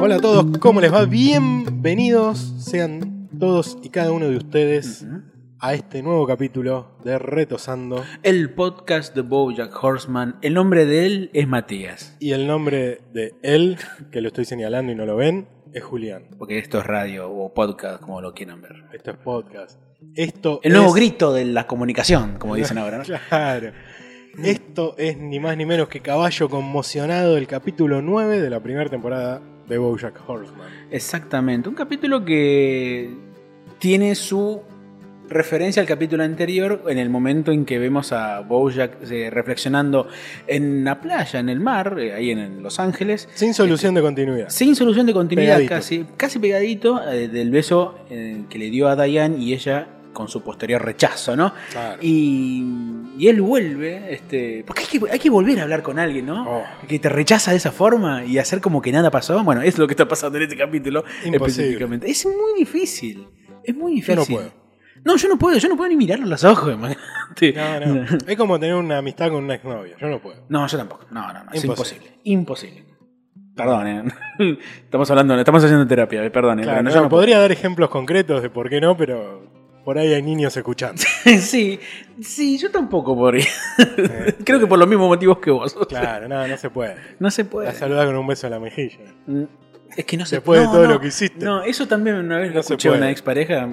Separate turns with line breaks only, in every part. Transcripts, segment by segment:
Hola a todos, ¿cómo les va? Bienvenidos sean todos y cada uno de ustedes a este nuevo capítulo de Retosando.
El podcast de Bojack Horseman, el nombre de él es Matías,
Y el nombre de él, que lo estoy señalando y no lo ven, es Julián.
porque esto es radio o podcast, como lo quieran ver.
Esto es podcast. Esto
El nuevo
es-
grito de la comunicación, como dicen ahora, ¿no?
Claro. Esto es ni más ni menos que Caballo Conmocionado, el capítulo 9 de la primera temporada de Bojack Horseman.
Exactamente, un capítulo que tiene su referencia al capítulo anterior en el momento en que vemos a Bojack eh, reflexionando en la playa, en el mar, eh, ahí en Los Ángeles,
Sin solución de continuidad.
Sin solución de continuidad,
Pegadito.
casi casi pegadito eh, del beso eh, que le dio a Diane y ella con su posterior rechazo, ¿no?
Claro.
Y, y él vuelve, este, porque hay que, hay que volver a hablar con alguien, ¿no?
Oh,
Que te rechaza de esa forma y hacer como que nada pasó. Bueno, es lo que está pasando en este capítulo
Imposible.
específicamente. Es muy difícil, es muy
Yo
difícil.
no puedo.
No, yo no puedo, yo no puedo ni mirarlo a los ojos, imagínate.
No, no. Es como tener una amistad con una exnovia. Yo no puedo.
No, yo tampoco. No, no, no. Es
Imposible.
imposible. Imposible. Perdón, eh. Estamos hablando, estamos haciendo terapia, eh, perdón. eh,
Claro,
pero no,
no,
yo no
podría dar ejemplos concretos de por qué no, pero por ahí hay niños escuchando.
puedo. sí, sí, yo tampoco podría.
Eh,
Creo que por los mismos motivos que vos.
Claro, no, no se puede.
No se puede.
La saludás con un beso en la mejilla.
Mm, Es que no se
Después de
no,
todo
no,
lo que hiciste.
No, eso también una vez lo
No se
escuché a una
puede.
expareja,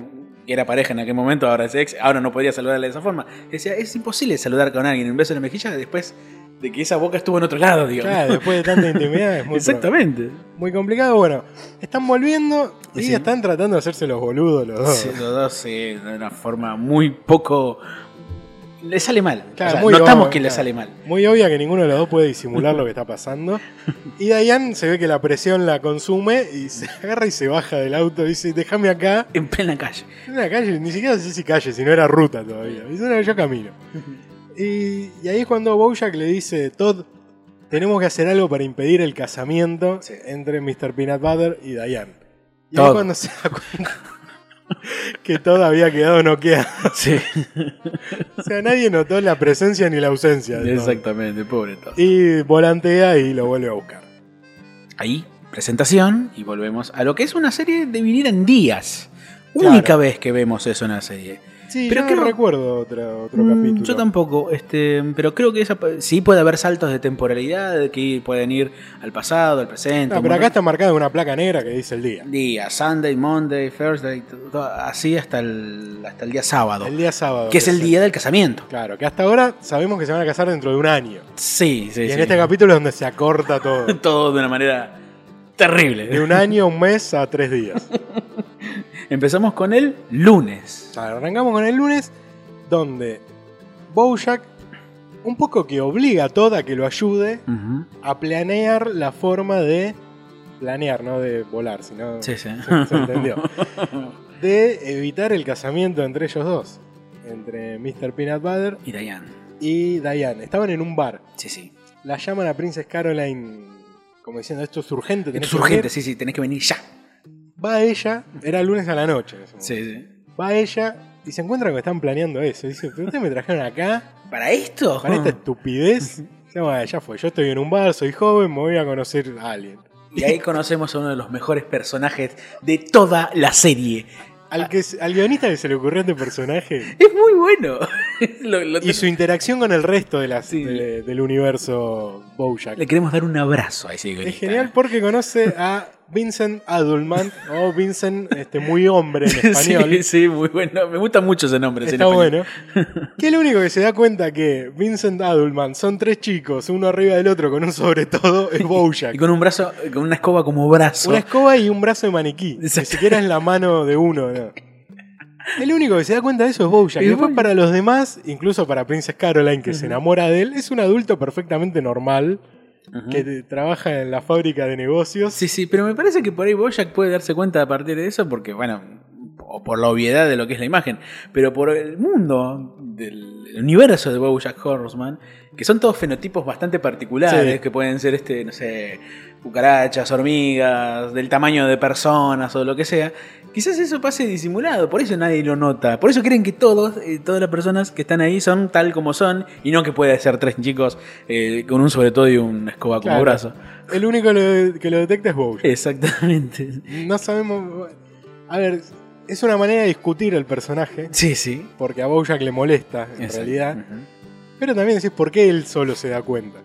que era pareja en aquel momento, ahora es ex, ahora no podría saludarla de esa forma. Decía, es imposible saludar con alguien, un beso en la mejilla después de que esa boca estuvo en otro lado, digamos.
Claro, después de tanta intimidad es muy,
Exactamente.
muy complicado. Bueno, están volviendo y
Sí.
están tratando de hacerse los boludos los dos.
Sí, los dos, sí, de una forma muy poco. Le sale mal.
Claro,
O sea,
muy
notamos
obvio,
que le
claro.
sale mal.
Muy obvia que ninguno de los dos puede disimular lo que está pasando. Y Dayan se ve que la presión la consume y se agarra y se baja del auto y dice, déjame acá.
En plena calle.
En una calle, ni siquiera sé si calle, si no era ruta todavía. Dice, no, yo camino. Y, y ahí es cuando Bojack le dice, Todd, tenemos que hacer algo para impedir el casamiento
Sí.
entre Mr. Peanut Butter y Dayan. Y ahí
Todd.
es cuando se da cuenta que Todd había quedado noqueado.
Sí,
O sea, nadie notó la presencia ni la ausencia. de Todd.
exactamente, pobre todo.
Y volantea y lo vuelve a buscar.
Ahí, presentación, y volvemos a lo que es una serie de vivir en días.
Claro.
Única vez que vemos eso en la serie.
Sí,
Pero
yo
qué
no
ro-
recuerdo otro, otro
Mm,
capítulo.
Yo tampoco, este, pero creo que esa, sí puede haber saltos de temporalidad que pueden ir al pasado, al presente.
No,
un
pero acá
montón-
está marcada una placa negra que dice el día.
Día, Sunday, Monday, Thursday, to- to- así hasta el, hasta el día sábado.
El día sábado.
que es el día del casamiento.
Claro, que hasta ahora sabemos que se van a casar dentro de un año.
Sí, sí,
y en
sí.
este capítulo es donde se acorta todo.
Todo de una manera
De
terrible.
un año, un mes a tres días.
Empezamos con el lunes.
Claro, arrancamos con el lunes, donde Bojack un poco que obliga a Todd a que lo ayude
Ujú.
a planear la forma de planear, no de volar, sino
Sí, sí.
se- se entendió. de evitar el casamiento entre ellos dos, entre Mr. Peanut Butter
y Diane.
y Diane. Estaban en un bar.
Sí, sí.
La llaman a Princess Caroline como diciendo, esto es urgente. tenés
Esto es
que
urgente,
venir".
sí, sí, tenés que venir ya.
Va ella, era lunes a la noche. en ese momento.
Sí, sí.
Va ella y se encuentra que están planeando eso. Y dice, pero ustedes me trajeron acá
¿Para esto?
para esta estupidez. Ya, bueno, ya fue, yo estoy en un bar, soy joven, me voy a conocer a alguien.
Y ahí conocemos a uno de los mejores personajes de toda la serie.
Al, que, al guionista que se le ocurrió este personaje
Es muy bueno. Lo- lo
y su interacción con el resto de las-
Sí.
de- del universo Bojack.
Le queremos dar un abrazo a ese
Es
guionista. ¿eh?
genial porque conoce a Vincent Adulman o Vincent este, muy hombre en español.
Sí, sí, muy bueno. Me gusta mucho ese nombre. en
Está
español.
bueno. Que el único que se da cuenta que Vincent Adulman son tres chicos, uno arriba del otro con un sobre todo, es
Y
Bojack.
con un brazo, con una escoba como brazo.
Una escoba y un brazo de maniquí. Ni
Exacto.
siquiera es la mano de uno, ¿no? El único que se da cuenta de eso es Bojack.
Es
Y después
Bojack.
para los demás, incluso para Princess Caroline, que se enamora de él, es un adulto perfectamente normal,
Ujú.
que te- trabaja en la fábrica de negocios.
Sí, sí, pero me parece que por ahí Bojack puede darse cuenta a partir de eso porque, bueno, o o por la obviedad de lo que es la imagen, pero por el mundo del universo de Bojack Horseman, que son todos fenotipos bastante particulares,
Sí.
que pueden ser este, no sé, cucarachas, hormigas, del tamaño de personas o lo que sea. Quizás eso pase disimulado, por eso nadie lo nota. Por eso creen que todos, eh, todas las personas que están ahí son tal como son y no que puede ser tres chicos eh, con un sobre todo y una escoba como
Claro.
brazo.
El único lo- que lo detecta es Bojack.
Exactamente.
No sabemos. A ver, es una manera de discutir el personaje,
Sí, sí.
porque a Bojack le molesta, en
Exacto.
realidad.
Ujú.
Pero también decís por qué él solo se da cuenta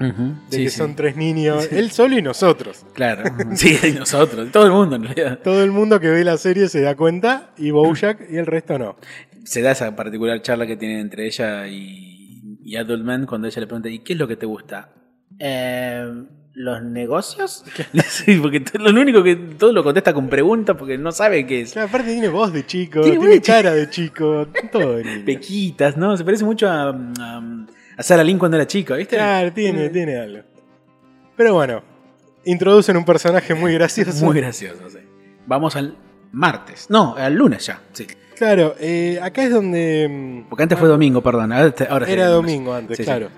Ujú.
de
Sí,
que
sí.
son tres niños, él solo y nosotros.
Claro. Sí, y nosotros, todo el mundo en realidad.
Todo el mundo que ve la serie se da cuenta y Bojack y el resto no.
Se da esa particular charla que tienen entre ella y, y Adult Man cuando ella le pregunta, ¿y qué es lo que te gusta? Em, ¿Los negocios? Sí, porque to- lo único que todo lo contesta con preguntas porque no sabe qué es.
Claro, aparte tiene voz de chico, tiene,
Tiene voz de chico.
cara de chico, todo de niño.
Pequitas, ¿no? Se parece mucho a, a, a Sarah Lynn cuando era chica, ¿viste?
Claro, tiene, tiene algo. Pero bueno, introducen un personaje muy gracioso.
Muy gracioso, sí. Vamos al martes. No, al lunes ya, sí.
Claro, eh, acá es donde mm,
Porque antes fue domingo, perdón. Ahora, te- ahora sí,
Era
el lunes.
domingo antes,
Sí, sí.
claro.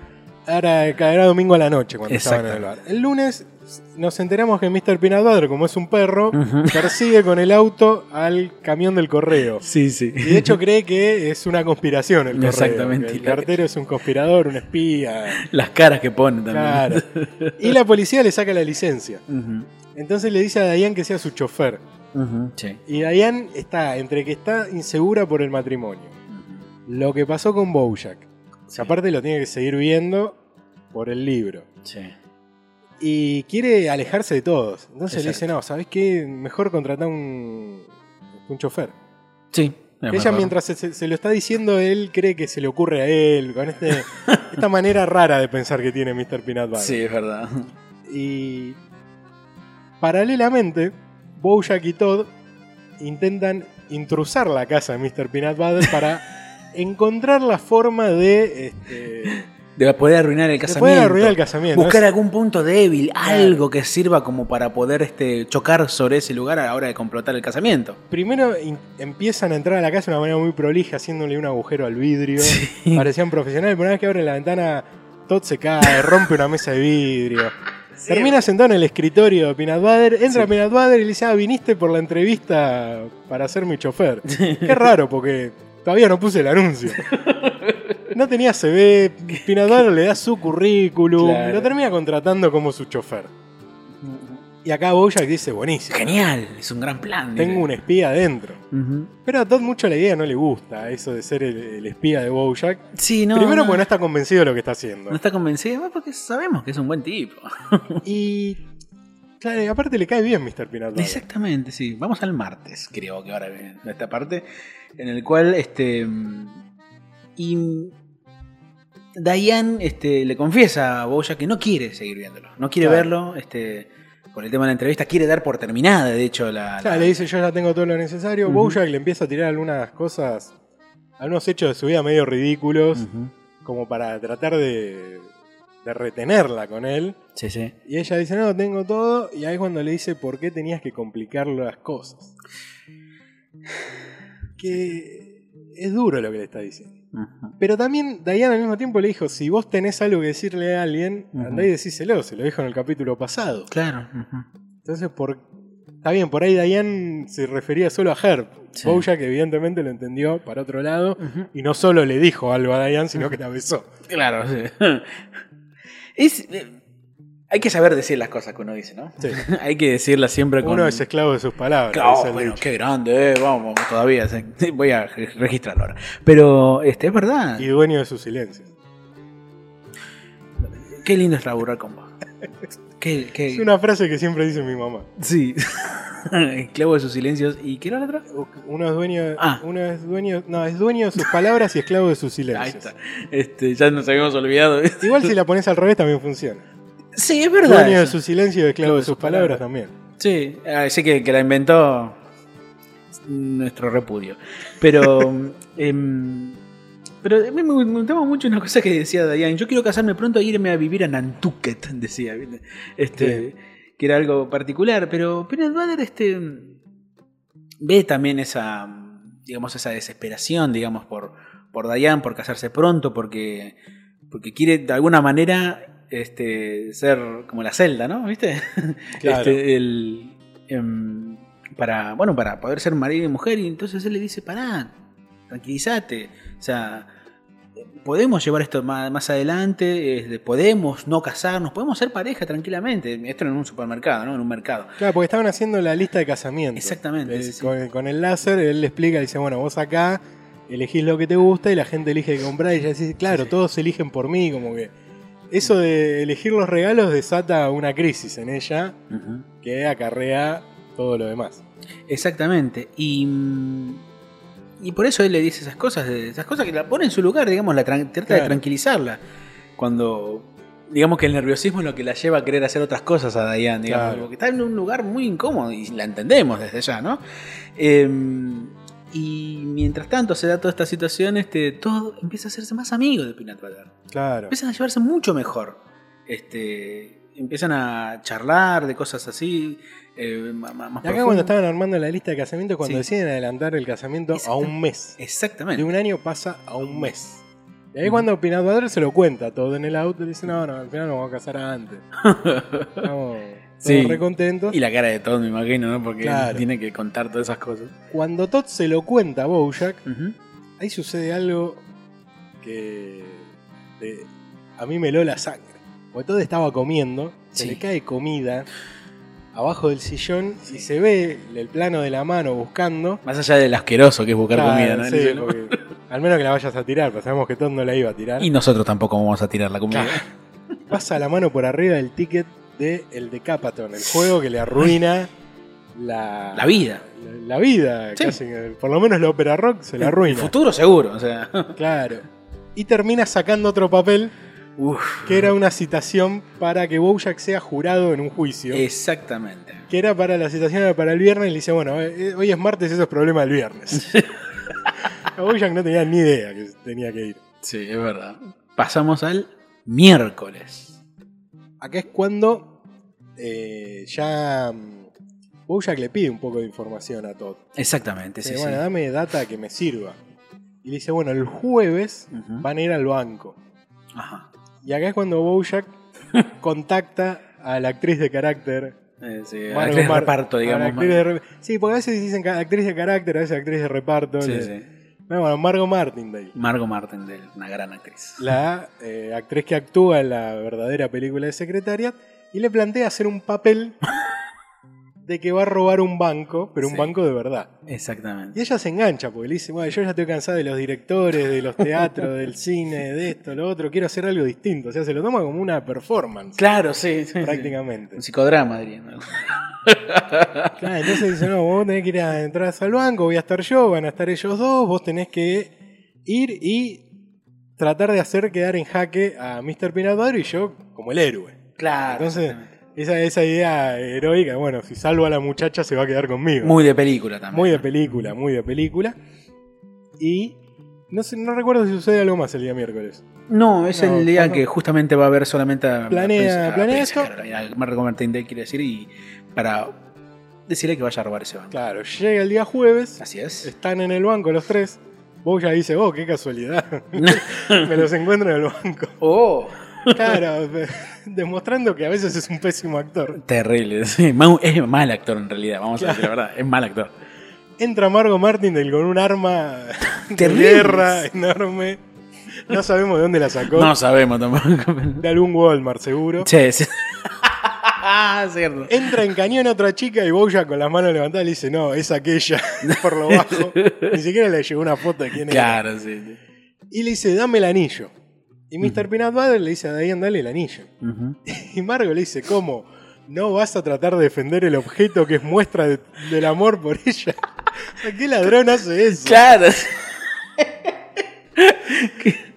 Ahora acá era domingo a la noche cuando estaban en el bar.
Exactamente.
El lunes nos enteramos que Mr. Peanut Butter, como es un perro,
Ujú.
persigue con el auto al camión del correo.
Sí, sí.
Y de hecho cree que es una conspiración el correo.
Exactamente.
que El cartero es un conspirador, un espía.
Las caras que pone también.
Claro. Y la policía le saca la licencia.
Ujú,
Entonces le dice a Dayan que sea su chofer.
ujú, Sí.
Y Dayan está entre que está insegura por el matrimonio. Lo que pasó con Bojack.
Sí.
Aparte lo tiene que seguir viendo por el libro.
Sí.
Y quiere alejarse de todos. Entonces le dice,
Exacto.
no, ¿sabés qué? Mejor contratar un, un chofer.
Sí.
Ella mientras se, se- se lo está diciendo, él cree que se le ocurre a él, con este, esta manera rara de pensar que tiene Mr. Peanut Butter.
Sí, es verdad.
Y paralelamente, Bojack y Todd intentan intrusar la casa de Mr. Peanut Butter para encontrar la forma de... Este,
De poder arruinar el
de
casamiento.
poder arruinar el casamiento.
Buscar
Es-
algún punto débil, algo que sirva como para poder este, chocar sobre ese lugar a la hora de completar el casamiento.
Primero in- empiezan a entrar a la casa de una manera muy prolija, haciéndole un agujero al vidrio.
Sí.
Parecían profesionales, pero una vez que abren la ventana, Todd se cae, rompe una mesa de vidrio. Termina sentado en el escritorio de Peanut Butter, entra
Sí.
Peanut Butter y le dice, ah, viniste por la entrevista para ser mi chofer. Qué raro, porque todavía no puse el anuncio. No tenía CV, Peanut Butter le da su currículum,
Claro.
lo termina contratando como su chofer. Y acá Bojack dice, buenísimo,
Genial, es un gran plan.
tengo un
dice.
espía adentro.
Ujú.
Pero a Todd mucho la idea no le gusta, eso de ser el, el espía de Bojack.
Sí, no.
Primero
no,
porque no está convencido de lo que está haciendo.
no está convencida, más porque sabemos que es un buen tipo.
Y claro, y aparte le cae bien Mr. Peanut Butter.
Exactamente, sí. Vamos al martes, creo que ahora viene esta parte, en el cual este mm, y mm, Diane este, le confiesa a Boya que no quiere seguir viéndolo, no quiere
Claro.
verlo, este con el tema de la entrevista quiere dar por terminada, de hecho la,
Claro,
la-
le dice yo ya tengo todo lo necesario.
Ujú.
Bojack le empieza a tirar algunas cosas, algunos hechos de su vida medio ridículos,
Ujú.
como para tratar de, de retenerla con él.
Sí, sí.
Y ella dice, no, tengo todo. Y ahí es cuando le dice, ¿por qué tenías que complicar las cosas? Que es duro lo que le está diciendo.
Ujú.
Pero también Diana al mismo tiempo le dijo, si vos tenés algo que decirle a alguien,
Ujú.
andá y decíselo, se lo dijo en el capítulo pasado.
Claro. ujú.
Entonces, por... está bien, por ahí Diane se refería solo a Herb.
Sí.
Bojack evidentemente lo entendió para otro lado.
Ujú.
Y no solo le dijo algo a Diane, sino que la besó.
Claro, sí. Es, eh, hay que saber decir las cosas que uno dice, ¿no?
Sí.
hay que decirlas siempre con
Uno es esclavo de sus palabras.
Claro,
dice el
bueno,
dicho.
qué grande, eh, vamos, todavía. se- Voy a re- registrarlo ahora. Pero este, es verdad.
Y dueño de su silencio.
Qué lindo es laburar con vos. Qué, qué-
Es una frase que siempre dice mi mamá.
Sí. Esclavo de sus silencios. ¿Y qué era la otra?
Uno es dueño,
Ah.
uno es dueño, no, es dueño de sus palabras y esclavo de sus
Ahí
silencios.
está. Este, ya nos habíamos olvidado.
Igual si la pones al revés también funciona.
Sí, es verdad.
Dueño de
eso.
su silencio y esclavo de sus palabras también.
Sí, así que, que la inventó nuestro repudio. Pero. em, pero a mí me gustaba mucho una cosa que decía Dayan. Yo quiero casarme pronto e irme a vivir a Nantucket, decía. ¿viste? Este, Que era algo particular. Pero Peanut Butter, este. ve también esa, digamos, esa desesperación, digamos, por, por Diane, por casarse pronto, porque, porque quiere de alguna manera este, ser como la celda, ¿no? ¿Viste?
Claro.
Este, el, em, para, bueno, para poder ser marido y mujer, y entonces él le dice, pará, tranquilízate, o sea, podemos llevar esto más, más adelante, este, podemos no casarnos, podemos ser pareja tranquilamente, esto en un supermercado, ¿no? En un mercado.
Claro, porque estaban haciendo la lista de casamiento.
Exactamente,
Eh,
sí, sí.
Con, con el láser, él le explica, dice, bueno, vos acá elegís lo que te gusta y la gente elige que comprar. Y ella dice, claro,
Sí.
todos eligen por mí, como que. Eso de elegir los regalos desata una crisis en ella
Ujú.
que acarrea todo lo demás.
Exactamente. Y, mm, y por eso él le dice esas cosas, de- esas cosas que la pone en su lugar, digamos, la tran- trata
Claro.
de tranquilizarla. Cuando, digamos que el nerviosismo es lo que la lleva a querer hacer otras cosas a Diane, digamos,
Claro.
porque está en un lugar muy incómodo y la entendemos desde ya, ¿no? Em, y mientras tanto se da toda esta situación, este, todo empieza a hacerse más amigo de Peanut Butter
Claro.
empiezan a llevarse mucho mejor. Este, empiezan a charlar de cosas así. eh, ma- ma- más
Y acá
profundo.
cuando estaban armando la lista de casamiento es cuando
Sí.
deciden adelantar el casamiento a
Exacto.
un mes. De
Exactamente.
un año pasa a un mes. Y ahí
Ujú.
cuando Pinat Padre se lo cuenta todo en el auto, le dice, no, no, al final nos vamos a casar antes. Estamos
Sí.
todos recontentos.
Y la cara de Todd, me imagino, ¿no? Porque
Claro.
tiene que contar todas esas cosas.
Cuando Todd se lo cuenta a Bojack,
Ujú.
ahí sucede algo que eh, a mí me heló la sangre. Porque Todd estaba comiendo, se
Sí.
le cae comida abajo del sillón y se ve el plano de la mano buscando.
Más allá del asqueroso que es buscar
Claro,
comida, ¿no?
sí, porque al menos que la vayas a tirar, pero sabemos que Todd no la iba a tirar.
Y nosotros tampoco vamos a tirar la comida.
Pasa la mano por arriba del ticket de el Decapaton, el juego que le arruina la,
La vida.
La, la vida,
Sí.
casi. Por lo menos la ópera rock se la
El
arruina.
futuro seguro, o sea.
Claro. Y termina sacando otro papel
Uf.
que era una citación para que Bojack sea jurado en un juicio.
Exactamente.
Que era para la citación era para el viernes. Y le dice, bueno, eh, eh, hoy es martes, eso es problema del viernes. A Bojack no tenía ni idea que tenía que ir.
Sí, es verdad. Pasamos al miércoles.
Acá es cuando eh, ya mm, Bojack le pide un poco de información a Todd.
Exactamente, sí,
Dice,
sí.
bueno, dame data que me sirva. Y le dice, bueno, el jueves
Ujú.
van a ir al banco.
Ajá.
Y acá es cuando Bojack contacta a la actriz de carácter.
Eh, sí,
Margot
actriz de
Mar-
reparto,
a la
digamos.
actriz de re- Sí, porque a veces dicen ca- actriz de carácter, a veces actriz de reparto.
Sí,
Le-
sí.
No, bueno, Margot Martindale.
Margot Martindale, una gran actriz.
La eh, actriz que actúa en la verdadera película de Secretariat. Y le plantea hacer un papel de que va a robar un banco, pero un
Sí.
banco de verdad. Y
Exactamente.
ella se engancha porque le dice, bueno, yo ya estoy cansada de los directores, de los teatros, del cine, de esto, lo otro, quiero hacer algo distinto. O sea, se lo toma como una performance,
Claro, sí. sí, sí.
prácticamente.
Un psicodrama, diría. ¿no?
Claro, entonces dice, no, vos tenés que ir a entrar al banco, voy a estar yo, van a estar ellos dos, vos tenés que ir y tratar de hacer quedar en jaque a Mr. Peanut Butter y yo como el héroe.
Claro.
Entonces,
exactamente.
esa, esa idea heroica, bueno, si salvo a la muchacha se va a quedar conmigo.
Muy de película también.
Muy de película, muy de película. Y no, sé, no recuerdo si sucede algo más el día miércoles.
No, es
No,
el día
cuando-
que justamente va a haber solamente a.
Planea-
a- a-
planea
a-
esto.
a Margot Martindale quiere decir y. para decirle que vaya a robar ese banco.
Claro, llega el día jueves,
Así es.
están en el banco los tres. Vos ya dice, oh, qué casualidad. Me los encuentro en el banco.
¡Oh!
Claro, de- demostrando que a veces es un pésimo actor.
Terrible. sí. Mau- Es mal actor en realidad, vamos a decir la verdad. Es mal actor.
Entra Margo Martindale con un arma de
Terrible.
guerra enorme. No sabemos de dónde la sacó.
No sabemos tampoco. pero-
De algún Walmart, seguro.
Sí, sí. Ah, Cierto.
Entra en cañón otra chica y Boya con las manos levantadas le dice, no, es aquella, por lo bajo. Ni siquiera le llegó una foto de quién era.
Claro, sí. sí.
Y le dice, dame el anillo. Y Mr. Peanut Butter le dice a Diane, dale el anillo.
Ujú.
Y Margo le dice, ¿cómo? ¿No vas a tratar de defender el objeto que es muestra de- del amor por ella? O sea, ¿Qué ladrón hace eso?
Claro.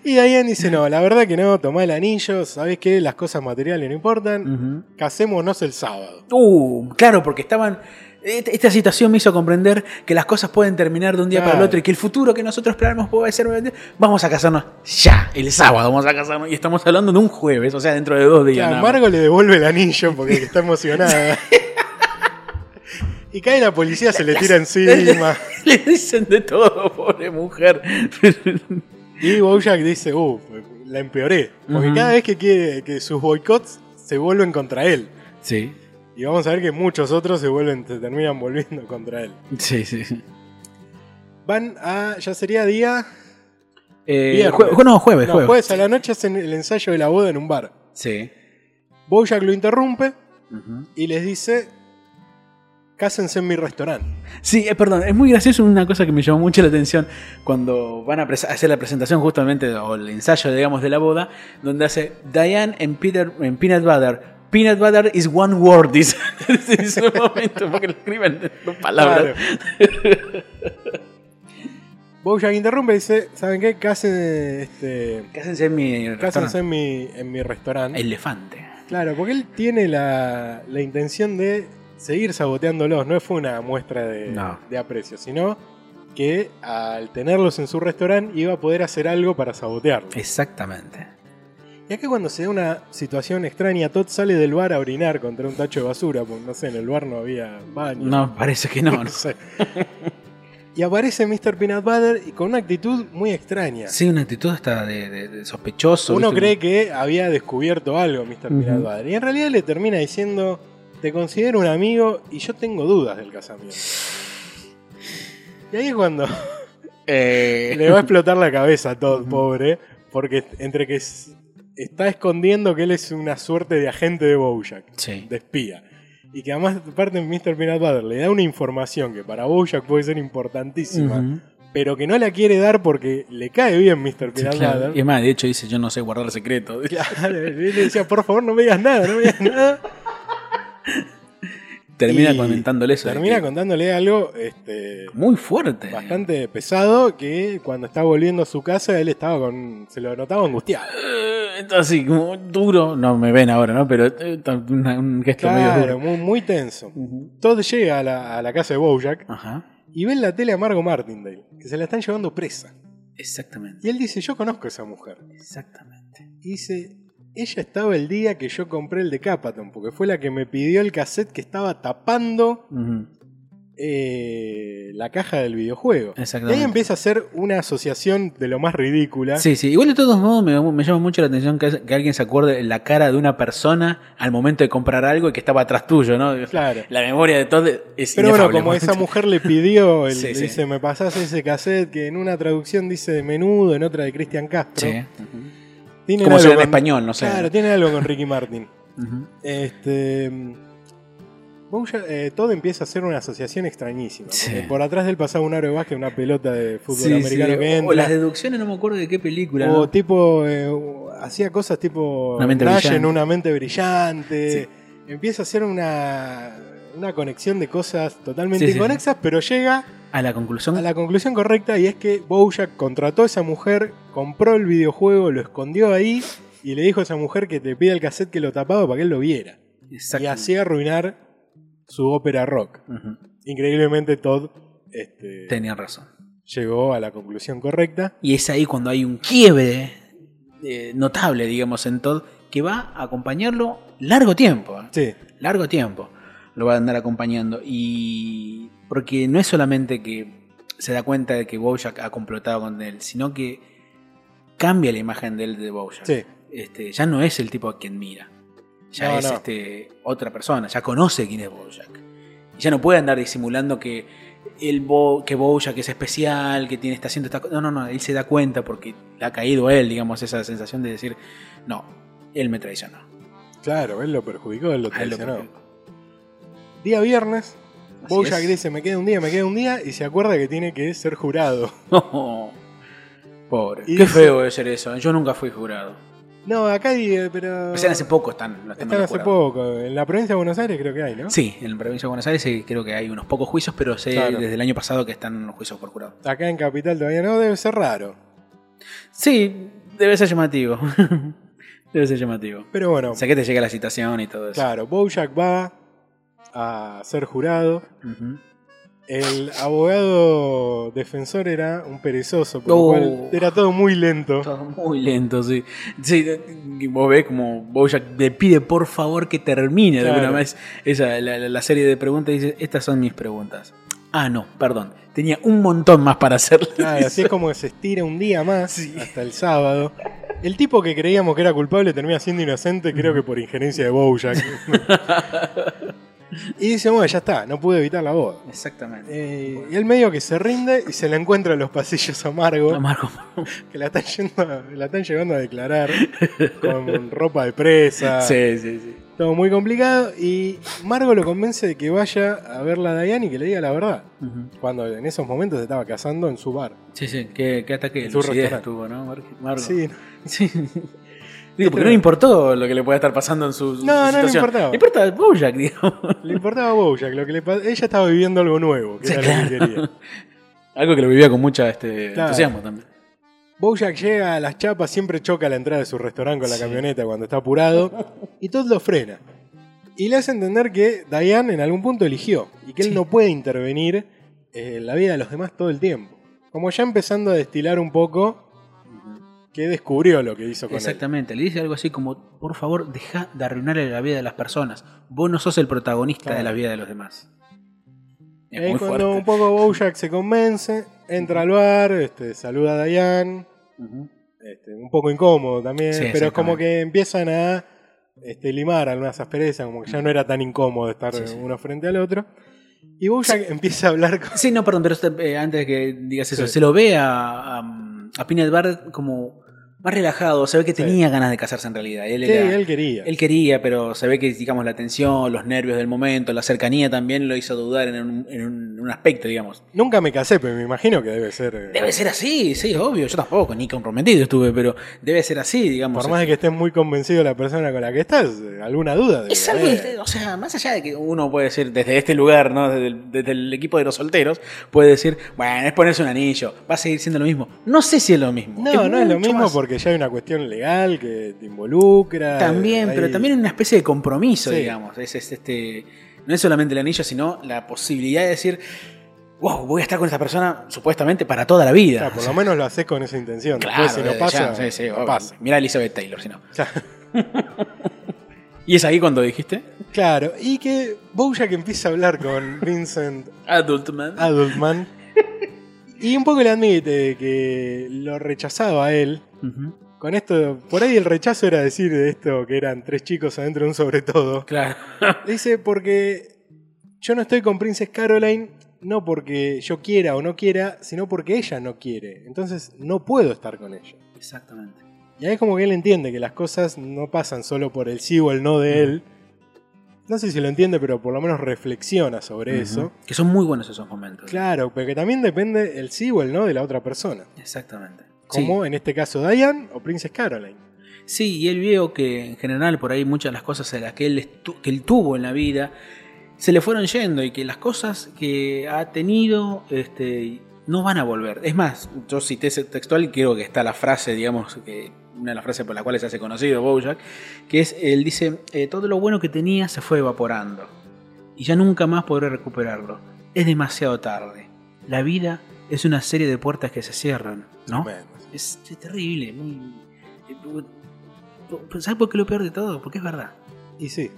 Y Diane dice, no, la verdad que no, tomá el anillo, ¿sabés qué? Las cosas materiales no importan,
Ujú.
casémonos el sábado.
Uh, claro, porque estaban. et- Esta situación me hizo comprender que las cosas pueden terminar de un día para el
Claro.
otro y que el futuro que nosotros planeamos puede ser. Vamos a casarnos ya, el sábado vamos a casarnos. Y estamos hablando de un jueves, o sea, dentro de dos días.
Claro,
nada más.
Margo le devuelve el anillo porque está emocionada. Y cae la policía, se le tira encima.
Le dicen de todo, pobre mujer.
Y Bojack dice, uh, la empeoré. Porque
Ujú.
cada vez que quiere que sus boicots se vuelven contra él.
Sí,
Y vamos a ver que muchos otros se vuelven, se terminan volviendo contra él.
sí, sí.
Van a. ya sería día.
Eh,
Viernes.
jue- jue- no, jueves,
no,
jueves.
jueves a la noche hacen el ensayo de la boda en un bar.
Sí.
Bojack lo interrumpe
Ujú.
y les dice. Cásense en mi restaurante.
Sí, eh, perdón, es muy gracioso una cosa que me llamó mucho la atención cuando van a pres- hacer la presentación justamente, o el ensayo, digamos, de la boda, donde hace Diane en, Peter, en Peanut Butter. Peanut Butter is one word, dice. Dice en un momento, porque lo escriben en dos palabras.
Bojack interrumpe y dice: ¿Saben qué? Cásen, este,
Cásense en mi
cásense
restaurante.
en mi, en mi restaurante.
Elefante.
Claro, porque él tiene la, la intención de seguir saboteándolos. No fue una muestra de,
No.
de aprecio, sino que al tenerlos en su restaurante iba a poder hacer algo para sabotearlos.
Exactamente.
Y acá cuando se da una situación extraña, Todd sale del bar a orinar contra un tacho de basura, porque no sé, en el bar no había baño.
No, parece que no.
No
no.
sé. y aparece Mr. Peanut Butter y con una actitud muy extraña.
Sí, una actitud hasta de, de- de sospechoso.
Uno
¿viste?
cree que había descubierto algo, Mr.
Ujú.
Peanut Butter. Y en realidad le termina diciendo: Te considero un amigo y yo tengo dudas del casamiento. Y ahí es cuando
Eh,
le va a explotar la cabeza a Todd, pobre, porque entre que s- está escondiendo que él es una suerte de agente de Bojack,
Sí.
de espía. Y que además, aparte, Mr. Peanut Butter le da una información que para Bojack puede ser importantísima,
Ujú.
pero que no la quiere dar porque le cae bien Mr. Peanut
Sí, claro.
Butter.
Y es más, de hecho dice, yo no sé guardar secretos.
Claro, y le decía, por favor, no me digas nada, no me digas nada.
Termina
Y
comentándole eso. de
Termina
que-
contándole algo este,
Muy fuerte.
bastante pesado que cuando está volviendo a su casa él estaba con. se lo notaba angustiado.
Eh, está así, como duro. No me ven ahora, ¿no? Pero eh, está una- un gesto medio
Claro,
duro.
muy, muy tenso.
Ujú.
Todd llega a la, a la casa de Bojack
Ajá.
y ve en la tele a Margo Martindale, que se la están llevando presa.
Exactamente.
Y él dice: Yo conozco a esa mujer.
Exactamente.
Y dice: Ella estaba el día que yo compré el Decapaton, porque fue la que me pidió el cassette que estaba tapando
Ujú.
eh, la caja del videojuego. Y
Exactamente.
ahí empieza a ser una asociación de lo más ridícula.
Sí, sí. Igual de todos modos me, me llama mucho la atención que, que alguien se acuerde la cara de una persona al momento de comprar algo y que estaba atrás tuyo, ¿no?
Claro.
La memoria de todo es
Pero bueno,
inefable,
como
¿no?
esa mujer le pidió, el-
Sí,
le
sí.
dice, me pasás ese cassette que en una traducción dice de menudo, en otra de Cristian Castro.
Sí.
Tienen
Como
algo
será en
con-
español, no sé.
Claro, tiene algo con Ricky Martin.
Ujú.
Este, mm, Bojack- eh, todo empieza a ser una asociación extrañísima.
Sí.
porque Por atrás del pasado un aro de básquet, una pelota de fútbol
Sí,
americano
sí.
que
O- O las
entra.
deducciones, no me acuerdo de qué película.
O
¿no?
tipo, eh, hacía cosas tipo
Una mente
Nash en
brillante.
una mente brillante.
Sí.
Empieza a hacer una, una conexión de cosas totalmente
Sí, sí.
inconexas, pero llega
A la conclusión.
a la conclusión correcta y es que Bojack contrató a esa mujer, compró el videojuego, lo escondió ahí y le dijo a esa mujer que te pida el cassette que lo tapaba para que él lo viera. Y
Exactamente.
así arruinar su ópera rock.
Ujú.
Increíblemente Todd este,
Tenía razón.
llegó a la conclusión correcta.
Y es ahí cuando hay un quiebre eh, notable, digamos, en Todd, que va a acompañarlo largo tiempo. ¿eh?
Sí,
Largo tiempo lo va a andar acompañando. Y. Porque no es solamente que se da cuenta de que Bojack ha complotado con él, sino que cambia la imagen de él de Bojack.
sí.
Este, ya no es el tipo a quien mira. Ya
No,
es
no.
Este, otra persona, ya conoce quién es Bojack. Y ya no puede andar disimulando que, el Bo, que Bojack es especial, que tiene, está haciendo esta co- No, no, no, él se da cuenta porque le ha caído a él, digamos, esa sensación de decir, no, él me traicionó.
Claro, él lo perjudicó, él lo
A él lo
traicionó.
perjudicó.
Día viernes,
Así
Bojack
es.
dice, me queda un día, me queda un día, y se acuerda que tiene que ser jurado.
No, pobre.
Y
Qué
dice-
feo debe ser eso. ¿eh? Yo nunca fui jurado.
No, acá digo, pero...
O sea, hace poco están. lo
Están hace
jurado.
poco, en la provincia de Buenos Aires creo que hay, ¿no?
Sí, en la provincia de Buenos Aires sí, creo que hay unos pocos juicios, pero sé
Claro.
desde el año pasado que están los juicios por jurado.
Acá en Capital todavía no, debe ser raro.
Sí, debe ser llamativo. debe ser llamativo.
Pero bueno,
O sea que te llega la citación y todo eso.
claro, Bojack va a ser jurado.
Ujú.
El abogado defensor era un perezoso, por
Oh.
lo cual era todo muy lento.
Todo muy lento, sí. Sí, y vos ves como Bojack le pide por favor que termine de
Claro.
alguna vez esa, la, la- la serie de preguntas y dice, estas son mis preguntas. Ah, no, perdón. Tenía un montón más para hacerle.
Claro, Ah, así es como que se estira un día más hasta el sábado. El tipo que creíamos que era culpable termina siendo inocente, creo que por injerencia de Bojack. y dice, bueno, ya está, no pude evitar la boda.
Exactamente.
Eh, y él medio que se rinde y se la encuentra en los pasillos a Margo,
Amargo.
que la están, yendo a- la están llevando a declarar con ropa de presa.
Sí, sí, sí.
Todo muy complicado. Y Margo lo convence de que vaya a verla a Diane y que le diga la verdad.
Ujú.
Cuando en esos momentos se estaba casando en su bar.
Sí, sí, qué, qué ataque de
Tu
lucidez
restaurante.
tuvo, ¿no, Mar- Margo?
Sí,
Sí. Digo, porque no le importó lo que le pueda estar pasando en su, su
No, no le
situación.
importaba.
Le importa Bojack, digo.
Le importaba a Bojack, lo que le pa- ella estaba viviendo algo nuevo, que
Sí,
era lo que
claro.
quería.
Algo que lo vivía con mucha este,
Claro.
entusiasmo también.
Bojack llega a las chapas, siempre choca a la entrada de su restaurante con la
Sí.
camioneta cuando está apurado, y Todd lo frena. Y le hace entender que Diane en algún punto eligió, y que él
Sí.
no puede intervenir eh, en la vida de los demás todo el tiempo. Como ya empezando a destilar un poco que descubrió lo que hizo con él.
Exactamente, le dice algo así como, por favor, deja de arruinarle la vida de las personas. Vos no sos el protagonista
Claro.
de la vida de los demás. Es
Ahí
muy
Eh, cuando
fuerte.
un poco Bojack se convence, entra al bar, este, saluda a Diane,
Ujú.
este, un poco incómodo también,
Sí,
pero es como
exactamente.
que empiezan a este, limar algunas asperezas, como que ya no era tan incómodo estar
Sí, sí.
uno frente al otro. Y Bojack empieza a hablar con...
Sí, no, perdón, pero usted, eh, antes de que digas eso,
Sí.
se lo ve a, a, a Peanut Bar como más relajado, se ve que
Sí.
tenía ganas de casarse en realidad. Él,
Sí,
era-
él quería.
él quería, pero se ve que, digamos, la tensión, los nervios del momento, la cercanía también lo hizo dudar en un, en un- un aspecto, digamos.
Nunca me casé, pero me imagino que debe ser... eh,
Debe ser así, sí, obvio, yo tampoco, ni comprometido estuve, pero debe ser así, digamos.
por más de que estés muy convencido la persona con la que estás, eh, alguna duda. debe
Es algo,
haber.
este, o sea, más allá de que uno puede decir desde este lugar, ¿no? Desde el, desde el equipo de los solteros, puede decir, bueno, es ponerse un anillo, va a seguir siendo lo mismo. No sé si es lo mismo.
No, no es lo
mucho
mismo
más-
porque ya hay una cuestión legal que te involucra.
También,
eh,
pero
hay-
también una especie de compromiso,
Sí.
digamos. Es, es este, no es solamente el anillo, sino la posibilidad de decir, wow, voy a estar con esta persona supuestamente para toda la vida.
Claro, por lo menos lo haces con esa intención.
Claro,
Después, si no
desde
pasa,
ya, sí, sí,
no
obvio.
pasa.
Mirá a Elizabeth Taylor, si no.
Claro.
¿Y es ahí cuando dijiste?
Claro, y que Bojack empieza a hablar con Vincent
Adult Man.
Adultman y un poco le admite que lo rechazaba a él.
Ujú.
Con esto, por ahí el rechazo era decir de esto que eran tres chicos adentro de un sobre todo.
Claro.
Le Dice porque yo no estoy con Princess Caroline, no porque yo quiera o no quiera, sino porque ella no quiere. Entonces no puedo estar con ella.
Exactamente.
Y ahí es como que él entiende que las cosas no pasan solo por el sí o el no de él. No sé si lo entiende, pero por lo menos reflexiona sobre eso.
Ujú. Que son muy buenos esos momentos.
Claro, porque también depende el sí o el no de la otra persona.
Exactamente.
Como en este caso Diane o Princess Caroline.
Sí. Sí, y él vio que en general por ahí muchas de las cosas a las que él, estu- que él tuvo en la vida se le fueron yendo y que las cosas que ha tenido este, no van a volver. Es más, yo cité ese textual y creo que está la frase, digamos, que una de las frases por las cuales se hace conocido Bojack, que es, él dice, eh, todo lo bueno que tenía se fue evaporando y ya nunca más podré recuperarlo. Es demasiado tarde. La vida es una serie de puertas que se cierran, ¿no?
Menos.
Es, es terrible. Muy, eh, ¿Sabes por qué lo peor de todo? Porque es verdad.
Y sí,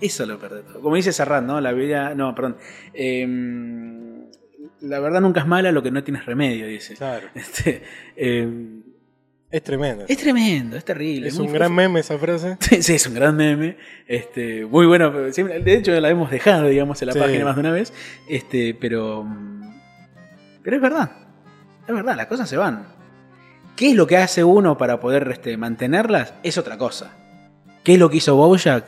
Eso es lo peor de todo. Como dice Serrat, ¿no? La vida. No, perdón. Em, la verdad nunca es mala lo que no tienes remedio, dice.
claro.
Este, em,
Es tremendo.
es tremendo, es terrible.
Es
muy
un gran
fuerte.
meme esa frase.
Sí, sí, es un gran meme. Este, muy bueno. pero siempre- de hecho, la hemos dejado, digamos, en la
Sí.
página más de una vez. Este, pero. mm, Pero es verdad. Es verdad, las cosas se van. ¿Qué es lo que hace uno para poder este, mantenerlas? Es otra cosa. ¿Qué es lo que hizo Bojack?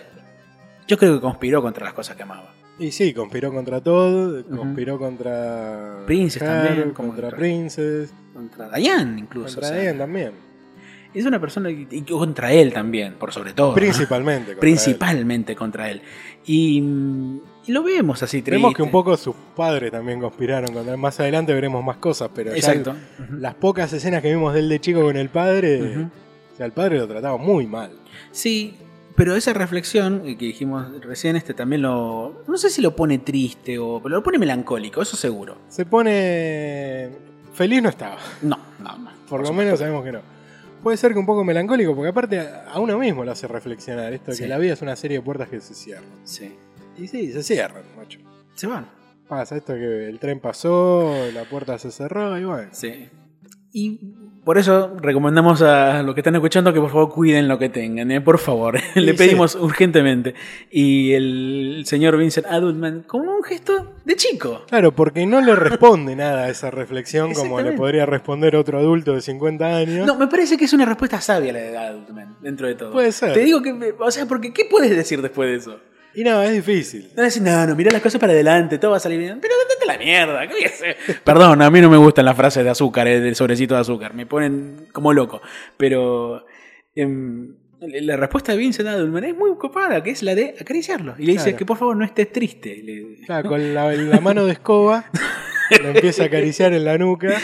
Yo creo que conspiró contra las cosas que amaba.
Y sí, conspiró contra Todd,
Ujú.
conspiró contra.
Princess también, como
Contra
contra-
Princess.
Contra Diane, incluso.
Contra
o sea,
Diane también.
Es una persona. que- Y contra él también, por sobre todo. ¿no?
Principalmente. contra él.
Principalmente contra él. Y, mm, y lo vemos así, triste.
Vemos que un poco sus padres también conspiraron contra él. Más adelante veremos más cosas, pero ya
Exacto. Ujú.
las pocas escenas que vimos de él de chico con el padre,
Ujú.
o sea, el padre lo trataba muy mal.
Sí, Pero esa reflexión que dijimos recién, este también lo. No sé si lo pone triste o. Pero lo pone melancólico, eso seguro.
Se pone. Feliz no estaba.
No, no, no.
Por lo menos sabemos que no. Puede ser que un poco melancólico, porque aparte a uno mismo lo hace reflexionar esto, de
Sí.
que la vida es una serie de puertas que se cierran.
Sí.
Y sí, se cierran, macho.
Se van.
Pasa esto que el tren pasó, la puerta se cerró y bueno.
Sí. Y por eso recomendamos a los que están escuchando que por favor cuiden lo que tengan, ¿eh? por favor. Le
sí.
pedimos urgentemente. Y el señor Vincent Adultman, como un gesto de chico.
Claro, porque no le responde nada a esa reflexión como le
Exactamente.
podría responder otro adulto de 50 años.
No, me parece que es una respuesta sabia la de Adultman, dentro de todo.
Puede ser.
Te digo que, me- o sea, porque ¿qué puedes decir después de eso?
Y nada, es difícil.
No decís, no, no, mirá las cosas para adelante, todo va a salir bien. Pero date la mierda, ¿qué voy a hacer? Perdón, a mí no me gustan las frases de azúcar, eh, del sobrecito de azúcar. Me ponen como loco. Pero em, la respuesta de Vincent Adelman es muy copada, que es la de acariciarlo. Y le dice
Claro.
que por favor no estés triste. Le-
Claro, con la, la mano de escoba lo empieza a acariciar en la nuca.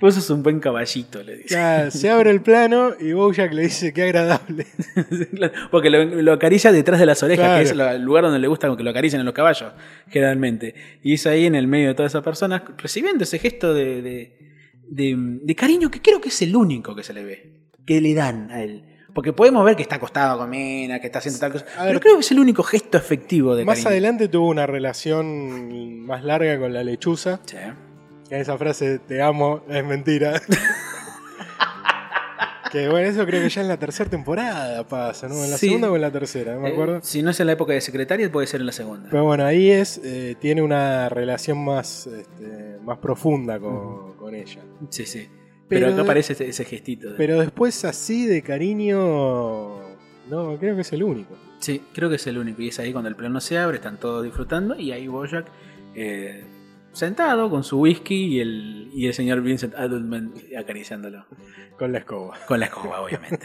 Vos sos un buen caballito, le dice.
Claro, se abre el plano y Bojack le dice qué agradable.
Claro, Porque lo, lo acaricia detrás de las orejas,
Claro.
que es la- el lugar donde le gusta que lo acaricien a los caballos, generalmente. Y es ahí en el medio de todas esas personas recibiendo ese gesto de, de- de- de cariño que creo que es el único que se le ve, que le dan a él. Porque podemos ver que está acostado con Mena, que está haciendo tal cosa.
A
Pero
ver.
creo que es el único gesto efectivo de
Más
cariño.
adelante tuvo una relación más larga con la lechuza.
Sí. ¿eh?
Que esa frase te amo es mentira. que bueno, eso creo que ya en la tercera temporada pasa, ¿no? En la
Sí.
segunda o en la tercera, no me
Eh,
acuerdo.
si no es en la época de secretaria, puede ser en la segunda.
Pero bueno, ahí es, eh, tiene una relación más, este, más profunda con, con ella.
sí, sí.
Pero-
Pero, acá aparece ese, ese gestito. de-
Pero después así de cariño, no, creo que es el único.
Sí, creo que es el único. Y es ahí cuando el plano se abre, están todos disfrutando. Y ahí Bojack eh, sentado con su whisky y el, y el señor Vincent Adultman acariciándolo.
Con la escoba.
Con la escoba, obviamente.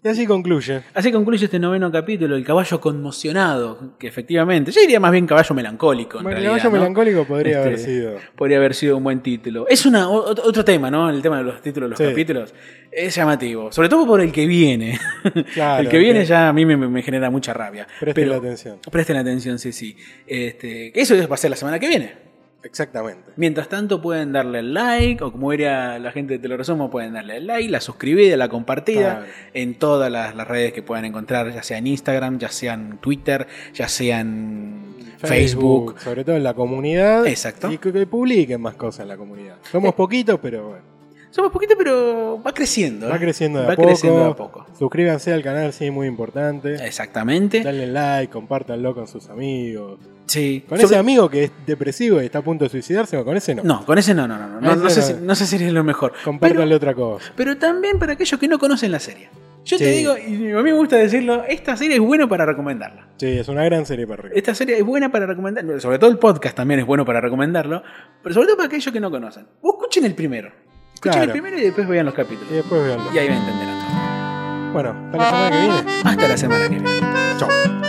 Y así concluye.
Así concluye este noveno capítulo, el caballo conmocionado, que efectivamente, yo diría más bien caballo melancólico. En
Bueno, El
realidad,
caballo
¿no?
melancólico podría haber
Este,
sido.
Podría haber sido un buen título. Es una, o- otro tema, ¿no? El tema de los títulos de los
Sí.
capítulos. Es llamativo. Sobre todo por el que viene.
Claro,
el que viene
que
ya a mí me, me genera mucha rabia.
Presten
Pero-
atención.
Presten atención, sí, sí. Este, que eso va a ser la semana que viene.
Exactamente.
Mientras tanto, pueden darle el like, o como diría la gente de Te lo resumo, pueden darle el like, la suscribida, la compartida
Claro.
en todas las, las redes que puedan encontrar, ya sea en Instagram, ya sea en Twitter, ya sea en Facebook.
Sobre todo en la comunidad.
Exacto. Eh.
Y que, que publiquen más cosas en la comunidad. Somos poquitos, pero bueno.
Somos poquitos, pero va creciendo. ¿eh?
Va creciendo de a
Va
poco.
creciendo de a poco. Eh.
Suscríbanse al canal, sí, muy importante.
Exactamente.
Denle like, compártanlo con sus amigos.
Sí.
Con
Sobre-
ese amigo que es depresivo y está a punto de suicidarse, no, con ese no.
No, con ese no, no, no. No,
Ese
no sé,
no.
si, no sé si es lo mejor. Pero-
Compártanle otra cosa.
pero también para aquellos que no conocen la serie. Yo
Sí.
te digo, y a mí me gusta decirlo, esta serie es buena para recomendarla.
Sí, es una gran serie para recomendar.
Esta serie es buena para recomendar, sobre todo el podcast también es bueno para recomendarlo, pero sobre todo para aquellos que no conocen. Vos escuchen el primero.
Claro.
Escuchen
Eh,
el primero y después vean los
Y
capítulos.
después veanlo.
Y ahí van a entender.
Bueno, hasta la semana que viene.
Hasta la semana que viene.
Chao.